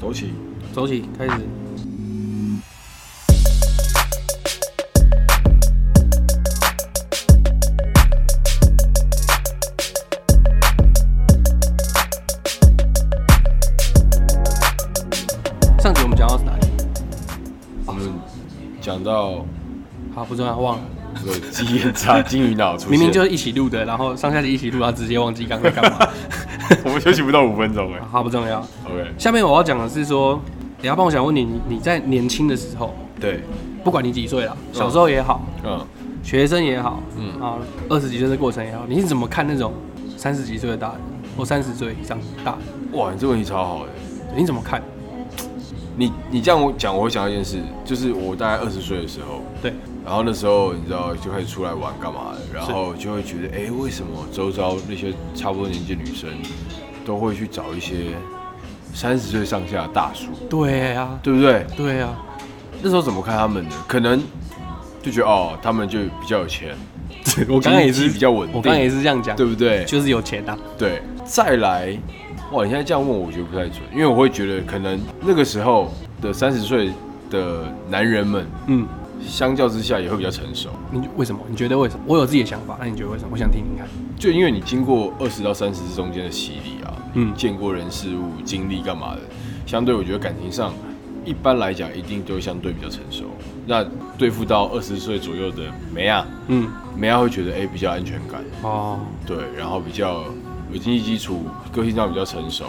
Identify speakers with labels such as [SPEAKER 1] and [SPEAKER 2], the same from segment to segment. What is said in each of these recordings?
[SPEAKER 1] 走起！
[SPEAKER 2] 走起，开始。上集我们讲到哪里？
[SPEAKER 1] 我们讲到
[SPEAKER 2] 好，不重要，忘了。
[SPEAKER 1] 有鸡眼叉金鱼脑出现，
[SPEAKER 2] 明明就是一起录的，然后上下集一起录，然后直接忘记刚才干嘛。
[SPEAKER 1] 我们休息不到五分钟哎。
[SPEAKER 2] 好，不重要。
[SPEAKER 1] OK，
[SPEAKER 2] 下面我要讲的是说，你要帮我想问你，你你在年轻的时候，
[SPEAKER 1] 对，
[SPEAKER 2] 不管你几岁了，小时候也好，
[SPEAKER 1] 嗯，
[SPEAKER 2] 学生也好，
[SPEAKER 1] 嗯
[SPEAKER 2] 嗯啊，二十几岁的过程也好，你是怎么看那种三十几岁的大人或三十岁以上的大人？
[SPEAKER 1] 哇，你这问题超好哎。
[SPEAKER 2] 你怎么看？
[SPEAKER 1] 你你这样我讲，我会想到一件事，就是我大概二十岁的时候，
[SPEAKER 2] 对，
[SPEAKER 1] 然后那时候你知道就开始出来玩干嘛的，然后就会觉得，哎、为什么周遭那些差不多年纪的女生都会去找一些三十岁上下的大叔，
[SPEAKER 2] 对啊，
[SPEAKER 1] 对不对？
[SPEAKER 2] 对啊，
[SPEAKER 1] 那时候怎么看他们的？可能就觉得哦，他们就比较有钱，
[SPEAKER 2] 我刚刚也
[SPEAKER 1] 经
[SPEAKER 2] 是
[SPEAKER 1] 济比较稳定，
[SPEAKER 2] 我刚刚也是这样讲，
[SPEAKER 1] 对不对？
[SPEAKER 2] 就是有钱啊，
[SPEAKER 1] 对，再来，哇，你现在这样问我，我觉得不太准，因为我会觉得可能那个时候的三十岁的男人们，
[SPEAKER 2] 嗯，
[SPEAKER 1] 相较之下也会比较成熟，
[SPEAKER 2] 你为什么？你觉得为什么？我有自己的想法，那你觉得为什么？我想听听看。
[SPEAKER 1] 就因为你经过二十到三十中间的洗礼啊，嗯，
[SPEAKER 2] 嗯
[SPEAKER 1] 见过人事物、经历干嘛的，相对我觉得感情上，一般来讲一定都相对比较成熟。那对付到二十岁左右的梅亚，
[SPEAKER 2] 嗯，
[SPEAKER 1] 梅亚会觉得哎、比较安全感，
[SPEAKER 2] 哦，
[SPEAKER 1] 对，然后比较有经济基础，个性上比较成熟，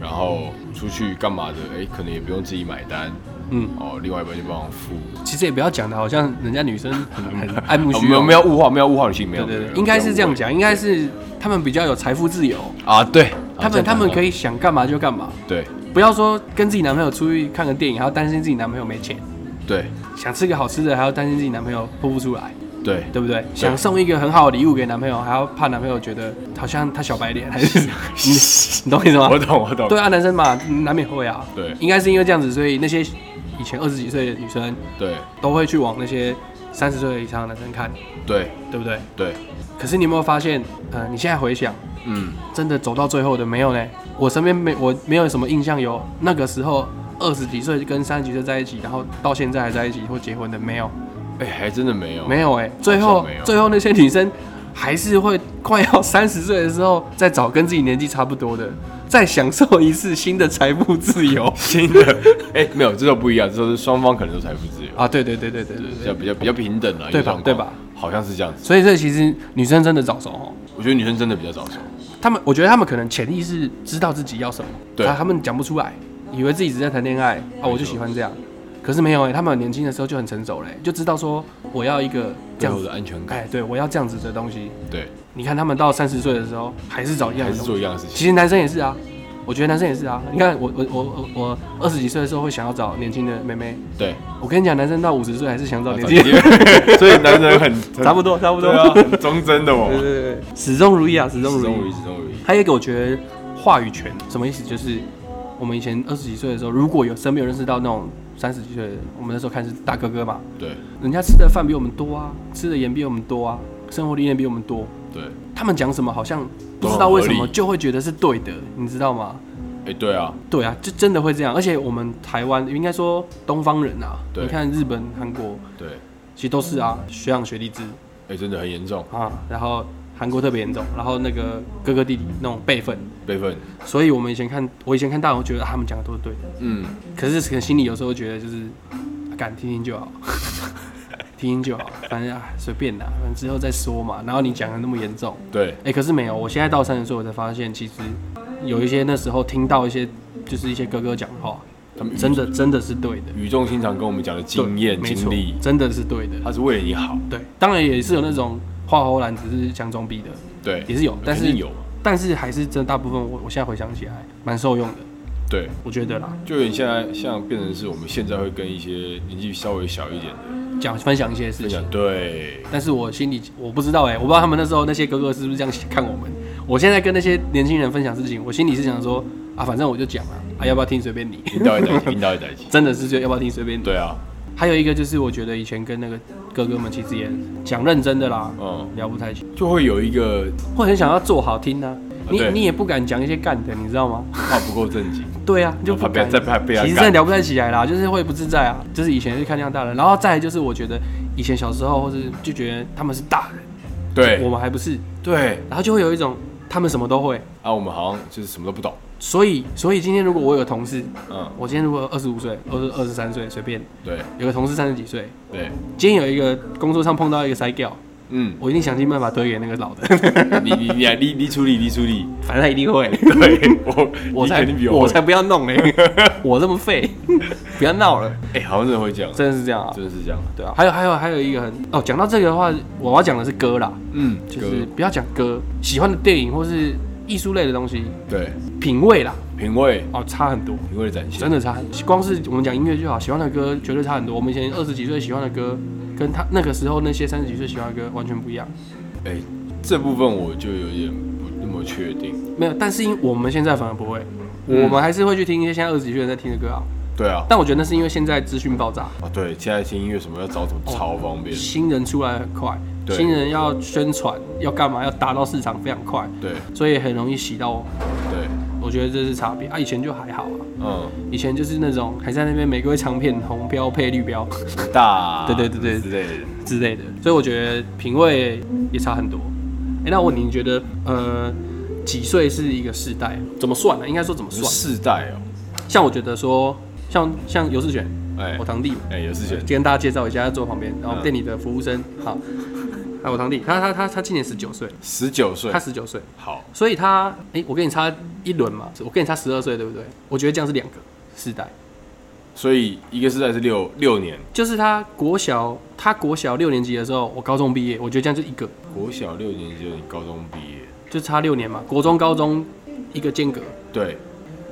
[SPEAKER 1] 然后出去干嘛的，哎、可能也不用自己买单，
[SPEAKER 2] 嗯，
[SPEAKER 1] 哦，另外一半就帮我付。
[SPEAKER 2] 其实也不要讲的，好像人家女生很很爱慕
[SPEAKER 1] 我
[SPEAKER 2] 虚
[SPEAKER 1] 们哦
[SPEAKER 2] 荣，
[SPEAKER 1] 啊没有物化，没有物化女性，没有，
[SPEAKER 2] 对对对，
[SPEAKER 1] 没有
[SPEAKER 2] 应该是这样
[SPEAKER 1] 没有
[SPEAKER 2] 讲，应该是他们比较有财富自由，
[SPEAKER 1] 物化啊，对，
[SPEAKER 2] 他们他们可
[SPEAKER 1] 以
[SPEAKER 2] 以想干嘛就干嘛，
[SPEAKER 1] 对
[SPEAKER 2] 不要说跟自己男朋友出去看个电影，还要担心自己男朋友没钱，
[SPEAKER 1] 对
[SPEAKER 2] 想吃个好吃的还要担心自己男朋友付不出来，
[SPEAKER 1] 对
[SPEAKER 2] 对不对？想送一个很好的礼物给男朋友，还要怕男朋友觉得好像他小白脸，还是 你你懂我意思吗
[SPEAKER 1] 我？懂我懂，
[SPEAKER 2] 对啊，男生嘛难免会啊，
[SPEAKER 1] 对
[SPEAKER 2] 应该是因为这样子，所以那些以前二十几岁的女生
[SPEAKER 1] 对
[SPEAKER 2] 都会去往那些三十岁以上的男生看，
[SPEAKER 1] 对
[SPEAKER 2] 对不对？
[SPEAKER 1] 对，
[SPEAKER 2] 可是你有没有发现，呃，你现在回想，
[SPEAKER 1] 嗯，
[SPEAKER 2] 真的走到最后的没有呢？我身边没我没有什么印象有那个时候二十几岁跟三十几岁在一起，然后到现在还在一起或结婚的没有，
[SPEAKER 1] 哎、还真的没有，
[SPEAKER 2] 哦没有哎、最
[SPEAKER 1] 好像
[SPEAKER 2] 后
[SPEAKER 1] 没有
[SPEAKER 2] 最后那些女生还是会快要三十岁的时候再找跟自己年纪差不多的，再享受一次新的财富自由
[SPEAKER 1] 新的，哎、没有，这都不一样，这都是双方可能都财富自由，
[SPEAKER 2] 啊！对对对对对对
[SPEAKER 1] 比
[SPEAKER 2] 对
[SPEAKER 1] 较。比较比较平等啊，
[SPEAKER 2] 对吧
[SPEAKER 1] 有状况
[SPEAKER 2] 对吧？
[SPEAKER 1] 好像是这样子，
[SPEAKER 2] 所以这其实女生真的早熟哦，
[SPEAKER 1] 我觉得女生真的比较早熟，
[SPEAKER 2] 她们我觉得她们可能潜意识知道自己要什么，
[SPEAKER 1] 对
[SPEAKER 2] 她她们讲不出来，以为自己只是在谈恋爱啊，我就喜欢这样。可是没有哎、她们年轻的时候就很成熟嘞、欸就知道说我要一个
[SPEAKER 1] 最
[SPEAKER 2] 这样
[SPEAKER 1] 后
[SPEAKER 2] 子
[SPEAKER 1] 的，安全感，
[SPEAKER 2] 哎，对我要这样子的东西。
[SPEAKER 1] 对，
[SPEAKER 2] 你看她们到三十岁的时候还是找一样
[SPEAKER 1] 还
[SPEAKER 2] 的
[SPEAKER 1] 是
[SPEAKER 2] 东西
[SPEAKER 1] 做一样的事情，
[SPEAKER 2] 其实男生也是啊，我觉得男生也是啊。你看我我我我我二十几岁的时候会想要找年轻的妹妹，
[SPEAKER 1] 对，
[SPEAKER 2] 我跟你讲，男生到五十岁还是想找 年轻，
[SPEAKER 1] 对所以男人 很
[SPEAKER 2] 差不多差不多，
[SPEAKER 1] 对啊，很忠贞的我
[SPEAKER 2] 对，对对，始终如一啊，始终
[SPEAKER 1] 始终
[SPEAKER 2] 如
[SPEAKER 1] 如
[SPEAKER 2] 一
[SPEAKER 1] 一，。始终如一，
[SPEAKER 2] 还有一个我觉得话语权什么意思？就是我们以前二十几岁的时候，如果有身边有认识到那种三十几岁的，我们那时候看是大哥哥嘛，
[SPEAKER 1] 对
[SPEAKER 2] 人家吃的饭比我们多啊，吃的盐比我们多啊，生活历练比我们多，
[SPEAKER 1] 对，
[SPEAKER 2] 他们讲什么好像不
[SPEAKER 1] 都
[SPEAKER 2] 知
[SPEAKER 1] 很
[SPEAKER 2] 道为什
[SPEAKER 1] 合
[SPEAKER 2] 么
[SPEAKER 1] 理
[SPEAKER 2] 就会觉得是对的，你知道吗？
[SPEAKER 1] 哎、对啊，
[SPEAKER 2] 对啊，就真的会这样。而且我们台湾应该说东方人啊，
[SPEAKER 1] 对
[SPEAKER 2] 你看日本、韩国
[SPEAKER 1] 对，
[SPEAKER 2] 其实都是啊，学长学弟制
[SPEAKER 1] 哎、真的很严重，
[SPEAKER 2] 啊，然后韩国特别严重，然后那个哥哥弟弟那种辈分，
[SPEAKER 1] 辈分，
[SPEAKER 2] 所以我们以前看，我以前看大人，我觉得、啊他们讲的都是对的，
[SPEAKER 1] 嗯，
[SPEAKER 2] 可是可能心里有时候觉得就是，啊敢、听听就好， 听听就好，反正啊随便啦，反正之后再说嘛。然后你讲的那么严重，
[SPEAKER 1] 对，
[SPEAKER 2] 哎、可是没有，我现在到三十岁，我才发现其实有一些那时候听到一些就是一些哥哥讲的话，
[SPEAKER 1] 他们
[SPEAKER 2] 真的真的是对的。
[SPEAKER 1] 语重心长跟我们讲的经验
[SPEAKER 2] 对没
[SPEAKER 1] 经
[SPEAKER 2] 错
[SPEAKER 1] 历，
[SPEAKER 2] 真的是对的。
[SPEAKER 1] 他是为了你好，
[SPEAKER 2] 对，当然也是有那种画喉兰只是想装逼的，
[SPEAKER 1] 对，
[SPEAKER 2] 也是有，但
[SPEAKER 1] 肯
[SPEAKER 2] 是
[SPEAKER 1] 定有，
[SPEAKER 2] 但是还是真的大部分我我现在回想起来蛮受用的，
[SPEAKER 1] 对。
[SPEAKER 2] 我觉得啦，
[SPEAKER 1] 就有点现在像变成是我们现在会跟一些年纪稍微小一点的
[SPEAKER 2] 讲分享一些事
[SPEAKER 1] 分
[SPEAKER 2] 情
[SPEAKER 1] 享，，对，
[SPEAKER 2] 但是我心里我不知道哎、我不知道他们那时候那些哥哥是不是这样看我们。我现在跟那些年轻人分享事情，我心里是想说啊，反正我就讲啊，啊要不要听随便你，
[SPEAKER 1] 引导一代，引导一代，
[SPEAKER 2] 真的是就要不要听随便你。
[SPEAKER 1] 对啊，
[SPEAKER 2] 还有一个就是我觉得以前跟那个哥哥们其实也讲认真的啦，
[SPEAKER 1] 嗯，
[SPEAKER 2] 聊不太起，
[SPEAKER 1] 就会有一个
[SPEAKER 2] 会很想要做好听啊。你
[SPEAKER 1] 对
[SPEAKER 2] 你也不敢讲一些干的，你知道吗？
[SPEAKER 1] 话不够正经，
[SPEAKER 2] 对啊，就不
[SPEAKER 1] 怕被
[SPEAKER 2] 敢
[SPEAKER 1] 再怕被他
[SPEAKER 2] 其实
[SPEAKER 1] 干
[SPEAKER 2] 真的聊不太起来啦，就是会不自在啊。就是以前是看这样大人，然后再来就是我觉得以前小时候或是就觉得他们是大人， 我
[SPEAKER 1] 对
[SPEAKER 2] 们还不是，
[SPEAKER 1] 对，
[SPEAKER 2] 然后就会有一种他们什么都会。
[SPEAKER 1] 啊，我们好像就是什么都不懂，
[SPEAKER 2] 所以所以今天如果我有个同事，
[SPEAKER 1] 嗯，
[SPEAKER 2] 我今天如果二十五岁、二十二十三岁随便，
[SPEAKER 1] 对
[SPEAKER 2] 有个同事三十几岁，
[SPEAKER 1] 对，
[SPEAKER 2] 今天有一个工作上碰到一个塞掉，
[SPEAKER 1] 嗯，
[SPEAKER 2] 我一定想尽办法推给那个老的，
[SPEAKER 1] 你你你你你处理你处理，
[SPEAKER 2] 反正他一定会。
[SPEAKER 1] 对我
[SPEAKER 2] 我
[SPEAKER 1] 你
[SPEAKER 2] 才
[SPEAKER 1] 肯定比我
[SPEAKER 2] 我
[SPEAKER 1] 会
[SPEAKER 2] 才不要弄嘞， 我这么废，不要闹了，
[SPEAKER 1] 哎，好像真的会这样，
[SPEAKER 2] 真的是这样啊。
[SPEAKER 1] 真的是这样，
[SPEAKER 2] 对啊，还有还有还有一个很哦，讲到这个的话，我要讲的是歌啦，
[SPEAKER 1] 嗯，
[SPEAKER 2] 就是不要讲歌，喜欢的电影或是艺术类的东西，
[SPEAKER 1] 对
[SPEAKER 2] 品味啦，
[SPEAKER 1] 品味
[SPEAKER 2] 哦，差很多，
[SPEAKER 1] 品味的展现，
[SPEAKER 2] 真的差很。光是我们讲音乐就好，喜欢的歌绝对差很多。我们以前二十几岁喜欢的歌，跟他那个时候那些三十几岁喜欢的歌完全不一样。
[SPEAKER 1] 哎、这部分我就有点不那么确定。
[SPEAKER 2] 没有，但是因为我们现在反而不会，
[SPEAKER 1] 嗯
[SPEAKER 2] 我们还是会去听一些现在二十几岁人在听的歌啊。
[SPEAKER 1] 对啊，
[SPEAKER 2] 但我觉得那是因为现在资讯爆炸，
[SPEAKER 1] 啊对，现在听音乐什么要找什么超方便，
[SPEAKER 2] 新人出来很快，
[SPEAKER 1] 嗯对
[SPEAKER 2] 新人要宣传要干嘛要达到市场非常快，
[SPEAKER 1] 对
[SPEAKER 2] 所以很容易洗到我们。
[SPEAKER 1] 对，
[SPEAKER 2] 我觉得这是差别啊，以前就还好啊，
[SPEAKER 1] 嗯，
[SPEAKER 2] 以前就是那种还在那边玫瑰唱片红标配绿标
[SPEAKER 1] 大，
[SPEAKER 2] 对对对对
[SPEAKER 1] 之类的，
[SPEAKER 2] 之类的，所以我觉得品味也差很多。哎、那我问你，你觉得呃几岁是一个世代？怎么算呢、啊应该说怎么
[SPEAKER 1] 是
[SPEAKER 2] 算？
[SPEAKER 1] 世代哦、
[SPEAKER 2] 像我觉得说，像像尤世选，
[SPEAKER 1] 哎
[SPEAKER 2] 我堂弟嘛，
[SPEAKER 1] 哎、有事情，
[SPEAKER 2] 跟大家介绍一下，他坐我旁边，然后
[SPEAKER 1] 嗯
[SPEAKER 2] 店里的服务生，好，还有我堂弟，他他他他今年十九岁，
[SPEAKER 1] 十九岁
[SPEAKER 2] 他，十九岁，
[SPEAKER 1] 好，
[SPEAKER 2] 所以他哎、我跟你差一轮嘛，我跟你差十二岁，对不对？我觉得这样是两个世代。
[SPEAKER 1] 所以一个世代是六六年，
[SPEAKER 2] 就是他国小，他国小六年级的时候，我高中毕业，我觉得这样就一个，
[SPEAKER 1] 国小六年级就你高中毕业，
[SPEAKER 2] 就差六年嘛，国中、高中一个间隔，
[SPEAKER 1] 对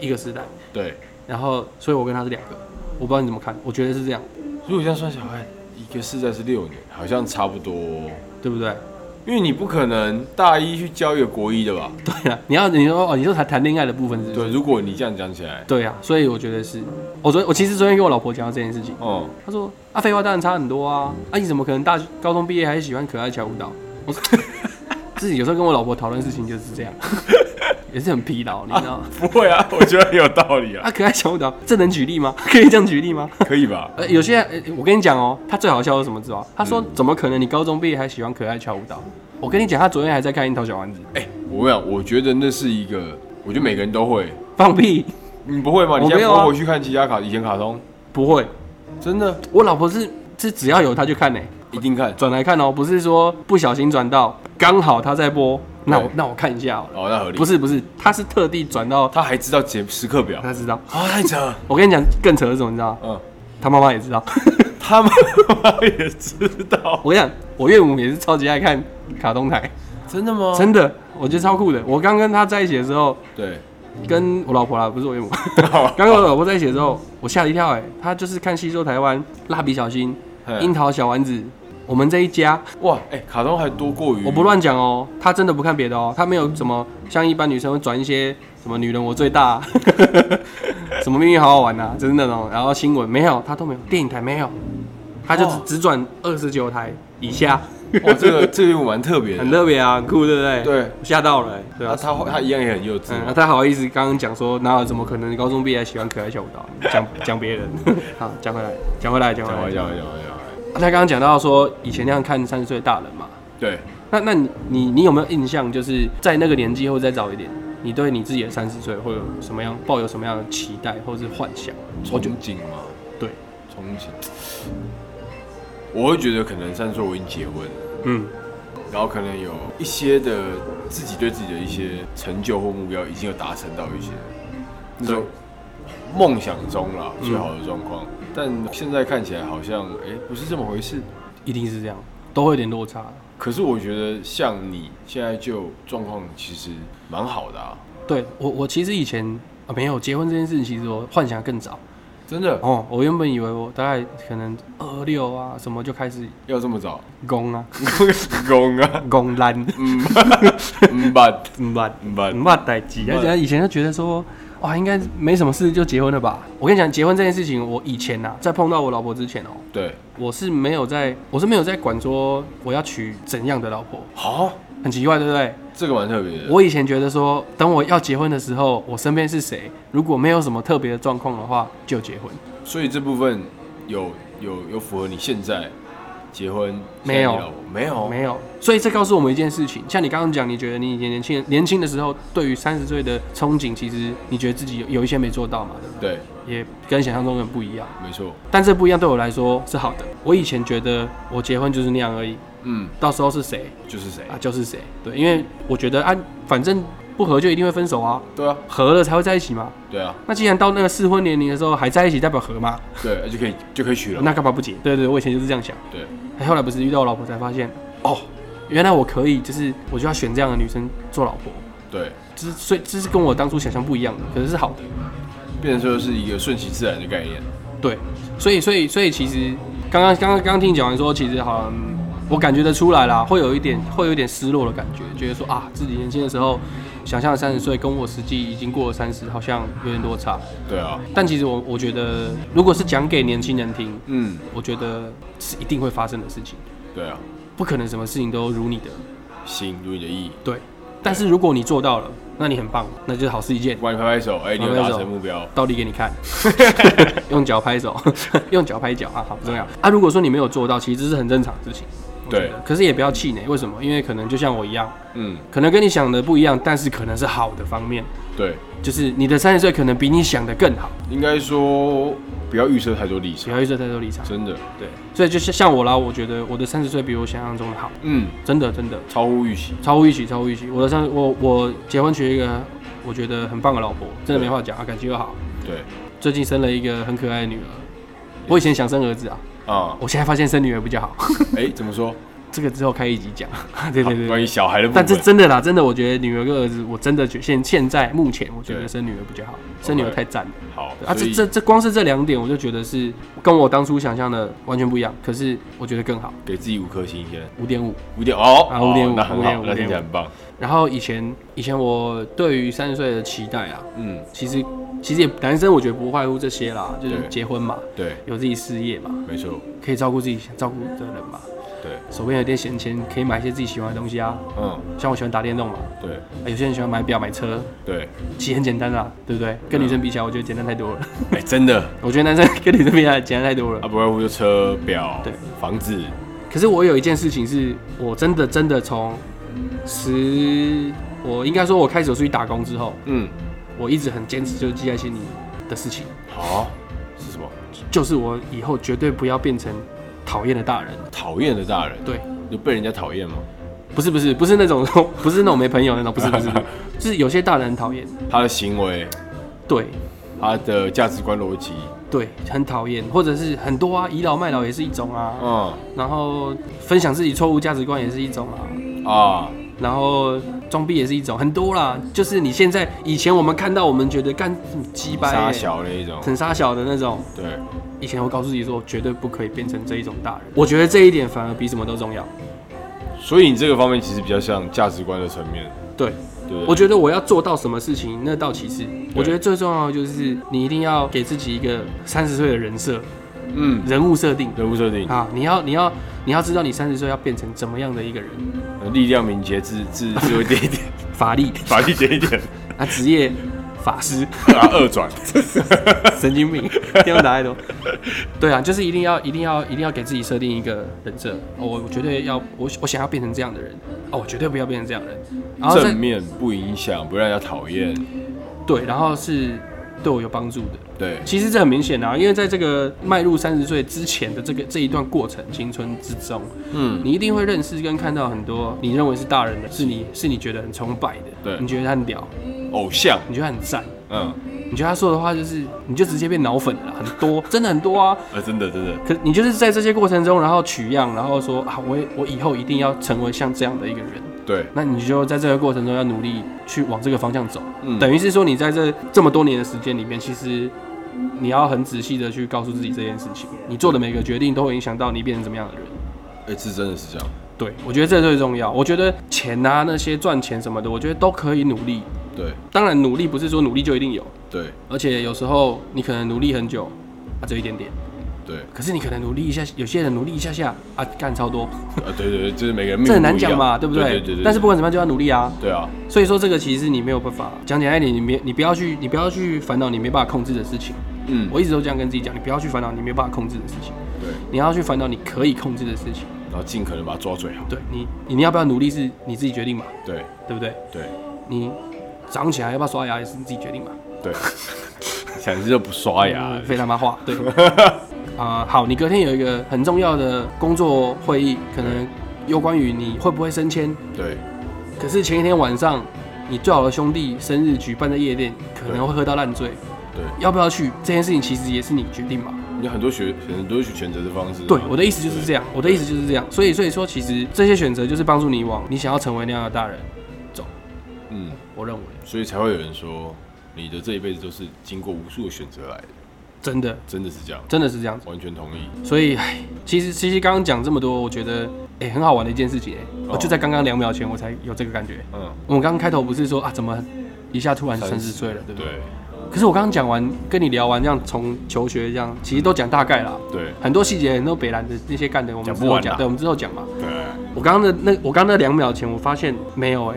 [SPEAKER 2] 一个时代，
[SPEAKER 1] 对，
[SPEAKER 2] 然后，所以我跟他是两个，我不知道你怎么看，我觉得是这样，
[SPEAKER 1] 如果这样算下来，一个世代是六年，好像差不多哦、
[SPEAKER 2] 对不对？
[SPEAKER 1] 因为你不可能大一去教一个国一的吧？
[SPEAKER 2] 对啊，你要你说哦，你说谈谈恋爱的部分是不是
[SPEAKER 1] 对，如果你这样讲起来，
[SPEAKER 2] 对啊，所以我觉得是，我昨天我其实昨天跟我老婆讲到这件事情，
[SPEAKER 1] 嗯，
[SPEAKER 2] 她说啊，废话当然差很多啊，啊你怎么可能大高中毕业还是喜欢可爱小舞蹈？我说 自己有时候跟我老婆讨论事情就是这样， 也是很疲劳，你知道吗？
[SPEAKER 1] 不会啊，我觉得很有道理 啊，
[SPEAKER 2] 啊，可爱小舞蹈，这能举例吗？ 可以这样举例吗？
[SPEAKER 1] 可以吧？
[SPEAKER 2] 呃，有些人呃，我跟你讲哦、他最好笑的是什么知道吗？他说、怎么可能你高中毕业还喜欢可爱小舞蹈？我跟你讲，他昨天还在看《樱桃小丸子》，
[SPEAKER 1] 哎、我跟你讲，我觉得那是一个，我觉得每个人都会。
[SPEAKER 2] 放屁，
[SPEAKER 1] 你不会吗？你
[SPEAKER 2] 我
[SPEAKER 1] 现在
[SPEAKER 2] 没有
[SPEAKER 1] 不
[SPEAKER 2] 啊
[SPEAKER 1] 会回去看其他卡以前卡通？
[SPEAKER 2] 不会，
[SPEAKER 1] 真的，
[SPEAKER 2] 我老婆是是只要有他就看呢、
[SPEAKER 1] 一定看。
[SPEAKER 2] 转来看哦、不是说不小心转到刚好他在播，那我
[SPEAKER 1] 对
[SPEAKER 2] 那我看一下好了。
[SPEAKER 1] 哦，那合理。
[SPEAKER 2] 不是不是，他是特地转到
[SPEAKER 1] 他还知道节时刻 表。
[SPEAKER 2] 他知道。
[SPEAKER 1] 啊，太扯了。
[SPEAKER 2] 我跟你讲更扯的是什么，你知道吗？
[SPEAKER 1] 嗯，
[SPEAKER 2] 他妈妈也知道。
[SPEAKER 1] 他妈妈也知道。
[SPEAKER 2] 我跟你讲，我岳母也是超级爱看卡通台，
[SPEAKER 1] 真的吗
[SPEAKER 2] 真的，我觉得超酷的。我刚跟他在一起的时候，
[SPEAKER 1] 对。
[SPEAKER 2] 跟我老婆啦，不是我岳 母。刚跟我老婆在一起的时候，我吓了一跳、哎，她就是看《吸收台湾》《蜡笔小新》《樱
[SPEAKER 1] 嗯
[SPEAKER 2] 桃小丸子》，我们这一家，
[SPEAKER 1] 哇，哎，卡通还多过于
[SPEAKER 2] 我不。乱讲哦，她真的不看别的哦，她没有什么像一般女生会转一些什么“女人我最大、 啊”，什么“命运好好玩、啊”呐，就是那种，然后新闻没有，她都没有，电影台没有，她就只
[SPEAKER 1] 哦
[SPEAKER 2] 只转二十九台以下，
[SPEAKER 1] 哇，哦这个这个蛮特别
[SPEAKER 2] 很
[SPEAKER 1] 的。
[SPEAKER 2] 特别啊，很酷，对不对？，
[SPEAKER 1] 对。
[SPEAKER 2] 吓到了、哎对
[SPEAKER 1] 那
[SPEAKER 2] 啊。
[SPEAKER 1] 他他一样也很幼稚
[SPEAKER 2] 嗯，那
[SPEAKER 1] 嘛。
[SPEAKER 2] 他好意思刚刚讲说，哪有怎么可能高中毕业还喜欢可爱小舞蹈？讲讲别 人，好，讲回来，讲回来，讲回
[SPEAKER 1] 讲
[SPEAKER 2] 来
[SPEAKER 1] 完。讲完讲完讲完。
[SPEAKER 2] 他刚刚讲到说，以前那样看三十岁大人嘛，
[SPEAKER 1] 对，
[SPEAKER 2] 那那你你你有没有印象，就是在那个年纪或者再早一点，你对你自己的三十岁会有什么样抱有什么样的期待或是幻想？
[SPEAKER 1] 憧憬嘛，
[SPEAKER 2] 对，
[SPEAKER 1] 憧憬。我会觉得可能三十岁我已经结婚了。
[SPEAKER 2] 嗯，
[SPEAKER 1] 然后可能有一些的自己对自己的一些成就或目标已经有达成到一些，那种梦想中啦最好的状况，但现在看起来好像哎不是这么回事。
[SPEAKER 2] 一定是这样，都会有点落差。
[SPEAKER 1] 可是我觉得像你现在就状况其实蛮好的啊，
[SPEAKER 2] 对我我其实以前啊没有结婚这件事情，其实我幻想更早
[SPEAKER 1] 真的
[SPEAKER 2] 哦，我原本以为我大概可能二六啊什么就开始
[SPEAKER 1] 要这么早
[SPEAKER 2] 攻啊
[SPEAKER 1] 公啊，
[SPEAKER 2] 攻烂。
[SPEAKER 1] 嗯吧
[SPEAKER 2] 唔捌
[SPEAKER 1] 嗯吧
[SPEAKER 2] 唔，捌代志，而且以前就觉得说，哇，应该没什么事就结婚了吧？我跟你讲，结婚这件事情，我以前呐、啊在碰到我老婆之前哦、
[SPEAKER 1] 对，
[SPEAKER 2] 我是没有在，我是没有在管说我要娶怎样的老婆，
[SPEAKER 1] 好，
[SPEAKER 2] 很奇怪，对不对？
[SPEAKER 1] 这个蛮特别的。
[SPEAKER 2] 啊我以前觉得说，等我要结婚的时候，我身边是谁，如果没有什么特别的状况的话，就结婚。
[SPEAKER 1] 所以这部分有有有符合你现在结婚
[SPEAKER 2] 没有
[SPEAKER 1] 现在你老婆没有
[SPEAKER 2] 没有，所以这告诉我们一件事情，像你刚刚讲，你觉得你以前年轻人年轻的时候，对于三十岁的憧憬，其实你觉得自己有有一些没做到嘛，对不
[SPEAKER 1] 对，
[SPEAKER 2] 对？也跟想象中很不一样。
[SPEAKER 1] 没错，
[SPEAKER 2] 但这不一样对我来说是好的。我以前觉得我结婚就是那样而已，
[SPEAKER 1] 嗯，
[SPEAKER 2] 到时候是谁
[SPEAKER 1] 就是谁
[SPEAKER 2] 啊就是谁，对，因为我觉得啊，反正不合就一定会分手啊，
[SPEAKER 1] 对啊，
[SPEAKER 2] 合了才会在一起嘛。
[SPEAKER 1] 对啊，
[SPEAKER 2] 那既然到那个适婚年龄的时候还在一起，代表合嘛，
[SPEAKER 1] 对，就可以就可以娶了。
[SPEAKER 2] 那干嘛不结？对对，我以前就是这样想。
[SPEAKER 1] 对，
[SPEAKER 2] 哎后来不是遇到我老婆才发现，哦，原来我可以，就是我就要选这样的女生做老婆，
[SPEAKER 1] 对，
[SPEAKER 2] 就是所以这是跟我当初想象不一样的，可是是好的。
[SPEAKER 1] 变成说是一个顺其自然的概念。
[SPEAKER 2] 对，所以所以所以其实刚刚刚刚刚听你讲完说，其实好像我感觉得出来啦，会有一点会有一点失落的感觉，觉得说啊，自己年轻的时候想象的三十岁，跟我实际已经过了三十，好像有点落差。
[SPEAKER 1] 对啊，
[SPEAKER 2] 但其实我我觉得，如果是讲给年轻人听，
[SPEAKER 1] 嗯，
[SPEAKER 2] 我觉得是一定会发生的事情，
[SPEAKER 1] 对啊，
[SPEAKER 2] 不可能什么事情都如你的。
[SPEAKER 1] 行，如你的意，
[SPEAKER 2] 对，但是如果你做到了，那你很棒，那就是好事一件。
[SPEAKER 1] 我帮你拍拍手，哎，你有
[SPEAKER 2] 拍拍
[SPEAKER 1] 达
[SPEAKER 2] 手
[SPEAKER 1] 成目标。
[SPEAKER 2] 倒立给你看，用脚拍手， 用脚拍脚啊，好不重要啊。如果说你没有做到，其实这是很正常的事情。我觉得
[SPEAKER 1] 对，
[SPEAKER 2] 可是也不要气馁，为什么？因为可能就像我一样，
[SPEAKER 1] 嗯，
[SPEAKER 2] 可能跟你想的不一样，但是可能是好的方面，
[SPEAKER 1] 对，
[SPEAKER 2] 就是你的三十岁可能比你想的更好。
[SPEAKER 1] 应该说不要预设太多立
[SPEAKER 2] 不
[SPEAKER 1] 场，
[SPEAKER 2] 要预设太多立场，
[SPEAKER 1] 真的，
[SPEAKER 2] 对，所以就是像我啦，我觉得我的三十岁比我想象中的好，
[SPEAKER 1] 嗯，
[SPEAKER 2] 真的真的
[SPEAKER 1] 超乎预期。
[SPEAKER 2] 超乎预期，超乎预期。我的三我我结婚娶一个我觉得很棒的老婆，真的没话讲啊，感情又好。
[SPEAKER 1] 对，
[SPEAKER 2] 最近生了一个很可爱的女儿，我以前想生儿子啊，
[SPEAKER 1] 啊，
[SPEAKER 2] 我现在发现生女儿比较好。
[SPEAKER 1] 哎，怎么说？
[SPEAKER 2] 这个之后开一集讲， 对
[SPEAKER 1] 好
[SPEAKER 2] 对对。
[SPEAKER 1] 关于小孩的部分
[SPEAKER 2] 但，这真的啦，真的，我觉得女儿跟儿子，我真的觉现现在目前，我觉
[SPEAKER 1] 对
[SPEAKER 2] 得生女儿比较好，生女儿
[SPEAKER 1] OK
[SPEAKER 2] 太赞了。
[SPEAKER 1] 好
[SPEAKER 2] 啊，
[SPEAKER 1] 所
[SPEAKER 2] 这
[SPEAKER 1] 以
[SPEAKER 2] 这这光是这两点，我就觉得是跟我当初想象的完全不一样，可是我觉得更好，
[SPEAKER 1] 给自己五颗星先，
[SPEAKER 2] 五点五。
[SPEAKER 1] 五点哦，
[SPEAKER 2] 啊
[SPEAKER 1] 哦
[SPEAKER 2] 5.5
[SPEAKER 1] 那很好，
[SPEAKER 2] 5.5
[SPEAKER 1] 那听起来很棒。
[SPEAKER 2] 然后以前以前我对于三十岁的期待啊，
[SPEAKER 1] 嗯，
[SPEAKER 2] 其实其实也男生我觉得不外乎这些啦，就是
[SPEAKER 1] 对
[SPEAKER 2] 结婚嘛，
[SPEAKER 1] 对，
[SPEAKER 2] 有自己事业嘛，
[SPEAKER 1] 没错，
[SPEAKER 2] 可以照顾自己想照顾的人嘛，
[SPEAKER 1] 对，
[SPEAKER 2] 手边有点闲钱可以买一些自己喜欢的东西啊，
[SPEAKER 1] 嗯，
[SPEAKER 2] 像我喜欢打电动嘛，
[SPEAKER 1] 对，
[SPEAKER 2] 啊有些人喜欢买表买车，
[SPEAKER 1] 对，
[SPEAKER 2] 其实很简单啦，对不对？跟女生比起来，我觉得简单太多了。
[SPEAKER 1] 哎，真的，
[SPEAKER 2] 我觉得男生跟女生比起来简单太多
[SPEAKER 1] 啊，
[SPEAKER 2] 了。
[SPEAKER 1] 不外乎就车、表、
[SPEAKER 2] 对
[SPEAKER 1] 房子，
[SPEAKER 2] 可是我有一件事情是我真的真的从十，我应该说我开始有出去打工之后，
[SPEAKER 1] 嗯，
[SPEAKER 2] 我一直很坚持，就是记在心里的事情，
[SPEAKER 1] 好，是什么？
[SPEAKER 2] 就是我以后绝对不要变成讨厌的大人。
[SPEAKER 1] 讨厌的大人，
[SPEAKER 2] 对，
[SPEAKER 1] 就被人家讨厌吗？
[SPEAKER 2] 不是不是 不是那种不是那种没朋友那种，不是不是，不是就是有些大人很讨厌，
[SPEAKER 1] 他的行为，
[SPEAKER 2] 对
[SPEAKER 1] 他的价值观逻辑，
[SPEAKER 2] 对，很讨厌，或者是很多啊，倚老卖老也是一种啊，
[SPEAKER 1] 嗯
[SPEAKER 2] 然后分享自己错误价值观也是一种啊，
[SPEAKER 1] 啊，
[SPEAKER 2] 然后装逼也是一种，很多啦。就是你现在以前我们看到，我们觉得干什么鸡掰欸、
[SPEAKER 1] 傻小那一种，
[SPEAKER 2] 很傻小的那种。
[SPEAKER 1] 对，
[SPEAKER 2] 以前我告诉自己说，我绝对不可以变成这一种大人。我觉得这一点反而比什么都重要。
[SPEAKER 1] 所以你这个方面其实比较像价值观的层面，
[SPEAKER 2] 对，
[SPEAKER 1] 对不
[SPEAKER 2] 我
[SPEAKER 1] 对？
[SPEAKER 2] 觉得我要做到什么事情，那倒其次。我觉得最重要的就是你一定要给自己一个三十岁的人设、
[SPEAKER 1] 嗯，
[SPEAKER 2] 人物设定
[SPEAKER 1] 人物设定，
[SPEAKER 2] 啊，你要你要你要知道你三十岁要变成怎么样的一个人，
[SPEAKER 1] 力量、敏捷、智智智慧点一 点，
[SPEAKER 2] 法力
[SPEAKER 1] 法力点一 点，
[SPEAKER 2] 啊，职业法师。
[SPEAKER 1] 啊，二 转，
[SPEAKER 2] 神经病， 一定要拿太多。对啊，就是一定要、一定要、一定要给自己设定一个人设。哦，我我绝对要，我我想要变成这样的人。哦，我绝对不要变成这样的人。然后
[SPEAKER 1] 正
[SPEAKER 2] 再
[SPEAKER 1] 面不影响，不让人家讨厌，
[SPEAKER 2] 对，然后是对我有帮助的。
[SPEAKER 1] 对，
[SPEAKER 2] 其实这很明显啊，因为在这个迈入三十岁之前的这个这一段过程，青春之中，
[SPEAKER 1] 嗯，
[SPEAKER 2] 你一定会认识跟看到很多你认为是大人的，是你是你觉得很崇拜的，
[SPEAKER 1] 对
[SPEAKER 2] 你觉得他很屌，
[SPEAKER 1] 偶像，
[SPEAKER 2] 你觉得他很赞，
[SPEAKER 1] 嗯，
[SPEAKER 2] 你觉得他说的话就是，你就直接变脑粉了啦，很多，真的很多啊。
[SPEAKER 1] 呃，真的真的，
[SPEAKER 2] 可你就是在这些过程中，然后取样，然后说啊，我也我以后一定要成为像这样的一个人。
[SPEAKER 1] 对，
[SPEAKER 2] 那你就在这个过程中要努力去往这个方向走。
[SPEAKER 1] 嗯
[SPEAKER 2] 等于是说，你在这这么多年的时间里面，其实你要很仔细的去告诉自己这件事情，你做的每个决定都会影响到你变成怎么样的人。
[SPEAKER 1] 哎，这真的是这样，
[SPEAKER 2] 对，我觉得这最重要。我觉得钱啊，那些赚钱什么的，我觉得都可以努力。
[SPEAKER 1] 对
[SPEAKER 2] 当然，努力不是说努力就一定有，
[SPEAKER 1] 对，
[SPEAKER 2] 而且有时候你可能努力很久，啊，只有一点点。
[SPEAKER 1] 对，
[SPEAKER 2] 可是你可能努力一下，有些人努力一下下啊，干超多，
[SPEAKER 1] 啊对对对，就是每个人命
[SPEAKER 2] 这很难
[SPEAKER 1] 不一样
[SPEAKER 2] 讲嘛，对不
[SPEAKER 1] 对？
[SPEAKER 2] 对
[SPEAKER 1] 对对对。
[SPEAKER 2] 但是不管怎么样就要努力啊。
[SPEAKER 1] 对啊，
[SPEAKER 2] 所以说这个其实你没有办法讲简单一点，你没你不要去你不要去烦恼你没办法控制的事情。
[SPEAKER 1] 嗯，
[SPEAKER 2] 我一直都这样跟自己讲，你不要去烦恼你没办法控制的事情，
[SPEAKER 1] 对，
[SPEAKER 2] 你要去烦恼你可以控制的事情。
[SPEAKER 1] 然后尽可能把它抓啊最好。
[SPEAKER 2] 对你，你要不要努力是你自己决定嘛，
[SPEAKER 1] 对
[SPEAKER 2] 对不对？
[SPEAKER 1] 对
[SPEAKER 2] 你早上起来要不要刷牙也是你自己决定嘛。
[SPEAKER 1] 对，想是就不刷牙
[SPEAKER 2] 嗯，非他妈话，对。 啊、好，你隔天有一个很重要的工作会议，可能有关于你会不会升迁。
[SPEAKER 1] 对
[SPEAKER 2] 可是前一天晚上，你最好的兄弟生日举办在夜店，可能会喝到烂醉，
[SPEAKER 1] 对，
[SPEAKER 2] 要不要去这件事情其实也是你决定嘛。
[SPEAKER 1] 有很多选很多选择的方式啊。
[SPEAKER 2] 对，我的意思就是这样，我的意思就是这样。所以，所以说，其实这些选择就是帮助你往你想要成为那样的大人走。
[SPEAKER 1] 嗯，
[SPEAKER 2] 我认为
[SPEAKER 1] 所以才会有人说，你的这一辈子都是经过无数的选择来的，
[SPEAKER 2] 真的
[SPEAKER 1] 真的是这样，
[SPEAKER 2] 真的是这样子。
[SPEAKER 1] 完全同意。
[SPEAKER 2] 所以，唉其实其实刚刚讲这么多，我觉得哎、很好玩的一件事情哎、我
[SPEAKER 1] 哦
[SPEAKER 2] 就在刚刚两秒前我才有这个感觉。
[SPEAKER 1] 嗯，
[SPEAKER 2] 我们刚刚开头不是说啊，怎么一下突然三十岁了，对不对？
[SPEAKER 1] 对
[SPEAKER 2] 可是我刚刚讲完，跟你聊完，这样从求学这样，其实都讲大概啦，
[SPEAKER 1] 对
[SPEAKER 2] 很多细节，很多北兰的那些干的，我们
[SPEAKER 1] 讲
[SPEAKER 2] 之
[SPEAKER 1] 不
[SPEAKER 2] 后
[SPEAKER 1] 完
[SPEAKER 2] 讲，
[SPEAKER 1] 啦
[SPEAKER 2] 对，我们之后讲嘛。
[SPEAKER 1] 对，
[SPEAKER 2] 我刚刚的那，我刚刚那两秒前，我发现没有哎、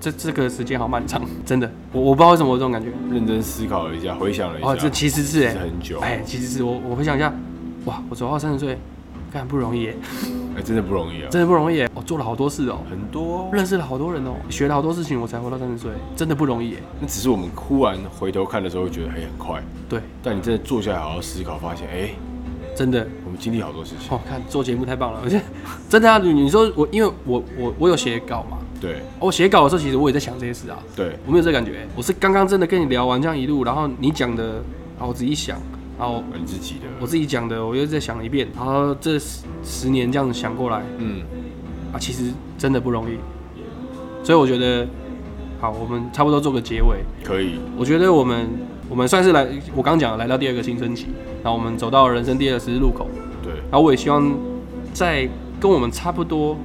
[SPEAKER 2] 这这个时间好漫长， 真的，我我不知道为什么我有这种感觉。
[SPEAKER 1] 认真思考了一下，回想了一下，
[SPEAKER 2] 哦，这其实是哎、
[SPEAKER 1] 啊是很久啊
[SPEAKER 2] 哎、其实是我我回想一下，哇，我走到三十岁，干不容易耶、
[SPEAKER 1] 哎、真的不容易啊，
[SPEAKER 2] 真的不容易耶、我做了好多事哦、
[SPEAKER 1] 很多。
[SPEAKER 2] 认识了好多人哦、学了好多事情，我才活到三十岁，真的不容易欸耶、
[SPEAKER 1] 那只是我们忽然回头看的时候，会觉得哎、很快，
[SPEAKER 2] 对，
[SPEAKER 1] 但你真的坐下来好好思考，发现哎、
[SPEAKER 2] 真的。
[SPEAKER 1] 我们经历好多事情。
[SPEAKER 2] 哦，看做节目太棒了，我 觉得真的啊！你你说我，因为我我我有写稿嘛，哦
[SPEAKER 1] 对
[SPEAKER 2] 我写稿的时候其实我也在想这些事啊，
[SPEAKER 1] 对
[SPEAKER 2] 我没有这个感觉、我是刚刚真的跟你聊完这样一路，然后你讲的，然后我自己想，然后
[SPEAKER 1] 你自己的，
[SPEAKER 2] 我自己讲的，我又再想了一遍，然后这十十年这样子想过来
[SPEAKER 1] 嗯，
[SPEAKER 2] 啊，其实真的不容易，所以我觉得，好，我们差不多做个结尾，
[SPEAKER 1] 可以，
[SPEAKER 2] 我觉得我们我们算是来，我刚讲了来到第二个新升期，然后我们走到人生第二十字路口，
[SPEAKER 1] 对
[SPEAKER 2] 然后我也希望在跟我们差不多、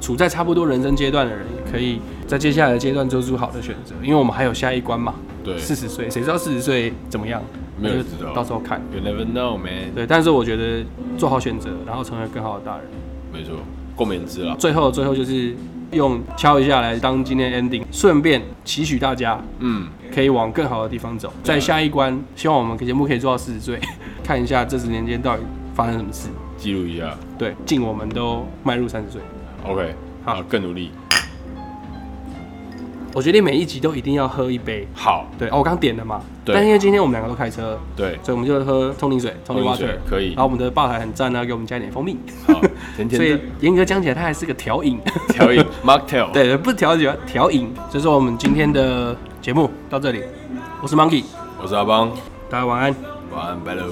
[SPEAKER 2] 处在差不多人生阶段的人，也可以在接下来的阶段做出好的选择，因为我们还有下一关嘛。
[SPEAKER 1] 对
[SPEAKER 2] 四十岁，谁知道四十岁怎么样？
[SPEAKER 1] 没有
[SPEAKER 2] 就
[SPEAKER 1] 人知道
[SPEAKER 2] 到时候看。
[SPEAKER 1] ，You never know man，
[SPEAKER 2] 对，但是我觉得做好选择，然后成为更好的大人。
[SPEAKER 1] 没错，共勉之啦。
[SPEAKER 2] 最后，最后就是用敲一下来当今天的 ending，顺便期许大家
[SPEAKER 1] 嗯，
[SPEAKER 2] 可以往更好的地方走。在下一关，希望我们节目可以做到四十岁， 看一下这十年间到底发生什么事。
[SPEAKER 1] 记录一下
[SPEAKER 2] 对，敬我们都迈入三十岁。
[SPEAKER 1] ，OK，
[SPEAKER 2] 好
[SPEAKER 1] 好，更努力，
[SPEAKER 2] 我决定每一集都一定要喝一杯。
[SPEAKER 1] 好，
[SPEAKER 2] 对，哦，我刚点了嘛。
[SPEAKER 1] 对
[SPEAKER 2] 但因为今天我们两个都开车，
[SPEAKER 1] 对，
[SPEAKER 2] 所以我们就喝通灵水通灵
[SPEAKER 1] 通灵水
[SPEAKER 2] water）。
[SPEAKER 1] 可以
[SPEAKER 2] 然后我们的吧台很赞啊，给我们加一点蜂蜜。
[SPEAKER 1] 好，甜
[SPEAKER 2] 所
[SPEAKER 1] 甜
[SPEAKER 2] 以
[SPEAKER 1] 的
[SPEAKER 2] 严格讲起来，它还是个调饮。
[SPEAKER 1] 调 饮，Mocktail，
[SPEAKER 2] 对，不调酒，调饮。这是我们今天的节目到这里。我是 Monkey，
[SPEAKER 1] 我是阿邦，
[SPEAKER 2] 大家晚安。
[SPEAKER 1] 晚安，拜喽。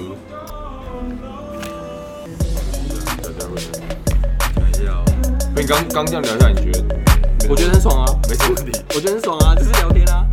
[SPEAKER 1] 被刚刚这样聊一下，你觉得？
[SPEAKER 2] 我觉得很爽啊，
[SPEAKER 1] 没什么问题。
[SPEAKER 2] 我觉得很爽啊，只是聊天啊。